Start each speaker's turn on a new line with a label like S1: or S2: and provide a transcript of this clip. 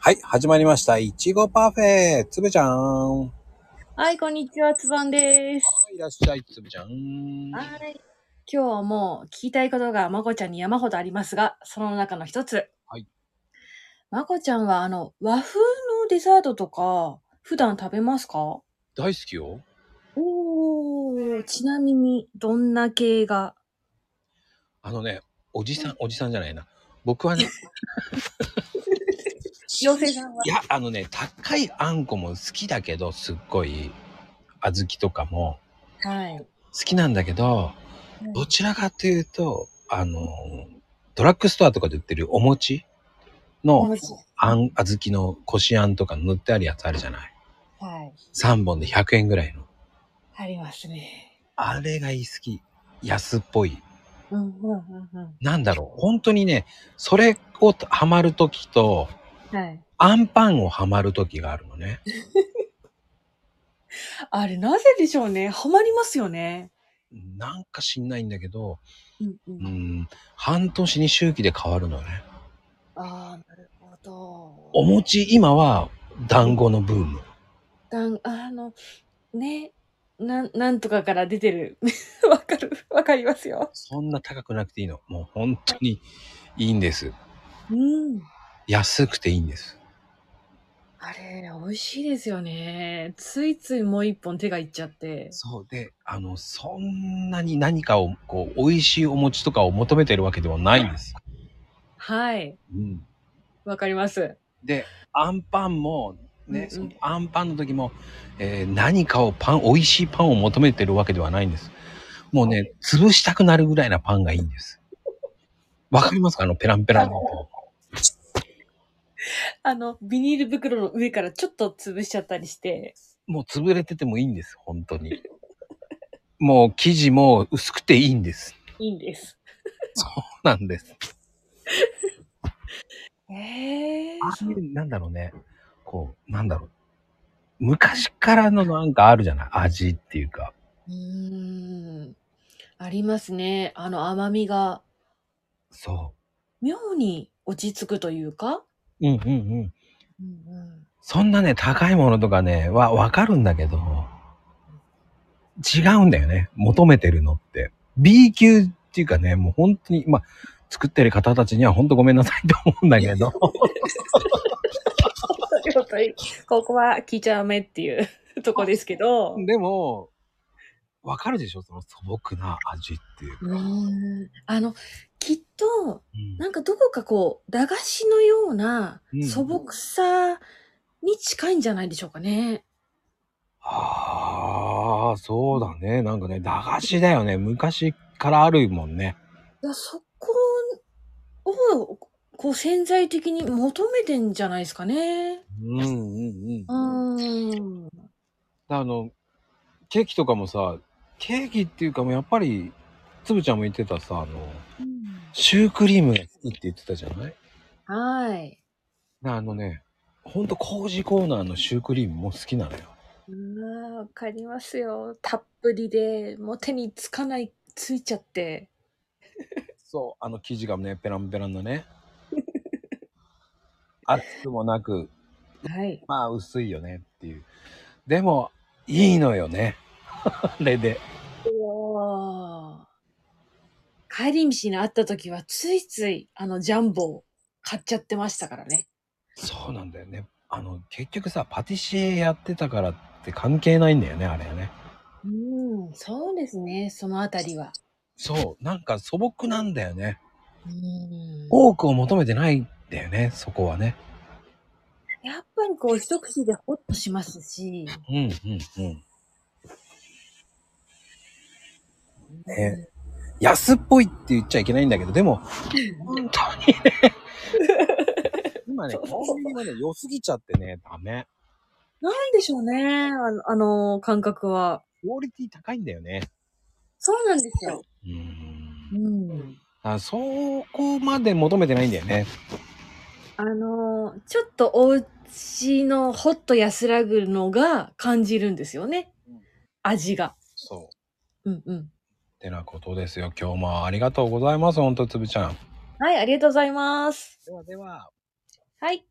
S1: はい、始まりました。いちごパフェつぶちゃん。は
S2: はい、こんにちは、つばんです。
S1: い、いらっしゃい、つぶちゃん。
S2: はい。今日はもう聞きたいことがまこちゃんに山ほどありますが、その中の一つ。
S1: はい。
S2: まこちゃんはあの、和風のデザートとか、普段食べますか
S1: 大好きよ。
S2: おー、ちなみに、どんな系が
S1: あのね、おじさん、おじさんじゃないな。僕は ね、
S2: 妖精さんはい
S1: や、あのね、高いあんこも好きだけど、すっごい、小豆とかも
S2: はい。
S1: 好きなんだけど、どちらかというと、あの、ドラッグストアとかで売ってるお餅
S2: お
S1: の
S2: 餅。
S1: あん、小豆のこしあんとか塗ってあるやつあるじゃない。
S2: はい。
S1: 3本で100円ぐらいの。
S2: ありますね。
S1: あれがいい好き。安っぽい。
S2: うんうんうん
S1: なんだろう。本当にね、それをハマるときと、
S2: うん。はい。
S1: アンパンをハマるときがあるのね。
S2: あれ、なぜでしょうね。ハマりますよね。
S1: なんか知んないんだけど、
S2: うんう
S1: う。ん、半年に周期で変わるのね。
S2: ああ、なるほど。
S1: お餅、今は団子のブーム。
S2: だんあのねなんなんとかから出てる わかるわかりますよ
S1: そんな高くなくていいの。もう本当にいいんです。
S2: うん
S1: 安くていいんです。
S2: あれ美味しいですよねついついもう一本手がいっちゃって
S1: そうで、あの、そんなに何かを、こう、美味しいお餅とかを求めてるわけではないんです。
S2: はい
S1: うん。
S2: わかります
S1: でアンパンもね、
S2: うんうん
S1: そのアンパンの時も、えー何かをパン美味しいパンを求めてるわけではないんですもうね潰したくなるぐらいなパンがいいんですわかりますかあのペランペランの
S2: あのビニール袋の上からちょっと潰しちゃったりして
S1: もう潰れててもいいんです本当にもう生地も薄くていいんです
S2: いいんです
S1: なんです
S2: ええ
S1: ああいうなんだろうねこうなんだろう昔からのなんかあるじゃない味っていうか
S2: うーんありますねあの甘みが
S1: そ
S2: 妙に落ち着くというか、
S1: ううんうんうん
S2: うんうん、
S1: そんなね、高いものとかね、は、わかるんだけど、違うんだよね。求めてるのって。B 級っていうかね、もう本当に、まあ、作ってる方たちには本当ごめんなさいと思うんだけど、
S2: ここは聞いちゃダメっていうとこですけど。
S1: でも、わかるでしょその素朴な味っていうか。
S2: うんあの、きっと、
S1: うん
S2: なんかどこかこう、駄菓子のような
S1: うん
S2: 素朴さに近いんじゃないでしょうかね。
S1: ああ、そうだね。なんかね、駄菓子だよね。昔からあるもんね。
S2: いやそこを、こう潜在的に求めてんじゃないですかね。
S1: うんうん
S2: う。ん。
S1: あの、ケーキとかもさ、ケーキっていうかもうやっぱり、つぶちゃんも言ってたさ、あの、シュークリームが好きって言ってたじゃない
S2: はい。
S1: あのね、ほんと工事コーナーのシュークリームも好きなのよ。
S2: うんわかりますよ。たっぷりで、もう手につかない、ついちゃって。
S1: そう、あの生地がね、ペランペランのね。 熱くもなく、
S2: はい。
S1: まあ薄いよねっていう。でも、いいのよね。 あれで。
S2: おー帰り道に会った時はついついあのジャンボを買っちゃってましたからね。
S1: そうなんだよね。あの、結局さ、パティシエやってたからって関係ないんだよね、あれはね。
S2: うん、そうですね、そのあたりは。
S1: そう、なんか素朴なんだよね。
S2: うん
S1: 多くを求めてないんだよね、そこはね。
S2: やっぱりこう一口でホッとしますし。
S1: うんうんうん。ね安っぽいって言っちゃいけないんだけど、でも、本当にね。今ね、
S2: そう
S1: コンビニがね、良すぎちゃってね、ダメ。
S2: なんでしょうね、あの、あの感覚は。
S1: クオリティ高いんだよね。
S2: そうなんですよ。
S1: うん。
S2: うん。
S1: あそこまで求めてないんだよね。
S2: あのー、ちょっとお家のホッと安らぐのが感じるんですよね
S1: うん。
S2: 味が。
S1: そう。
S2: うんうん。
S1: ってなことですよ。今日もありがとうございます。ほんと、つぶちゃん。
S2: はい、ありがとうございます。
S1: ではでは。
S2: はい。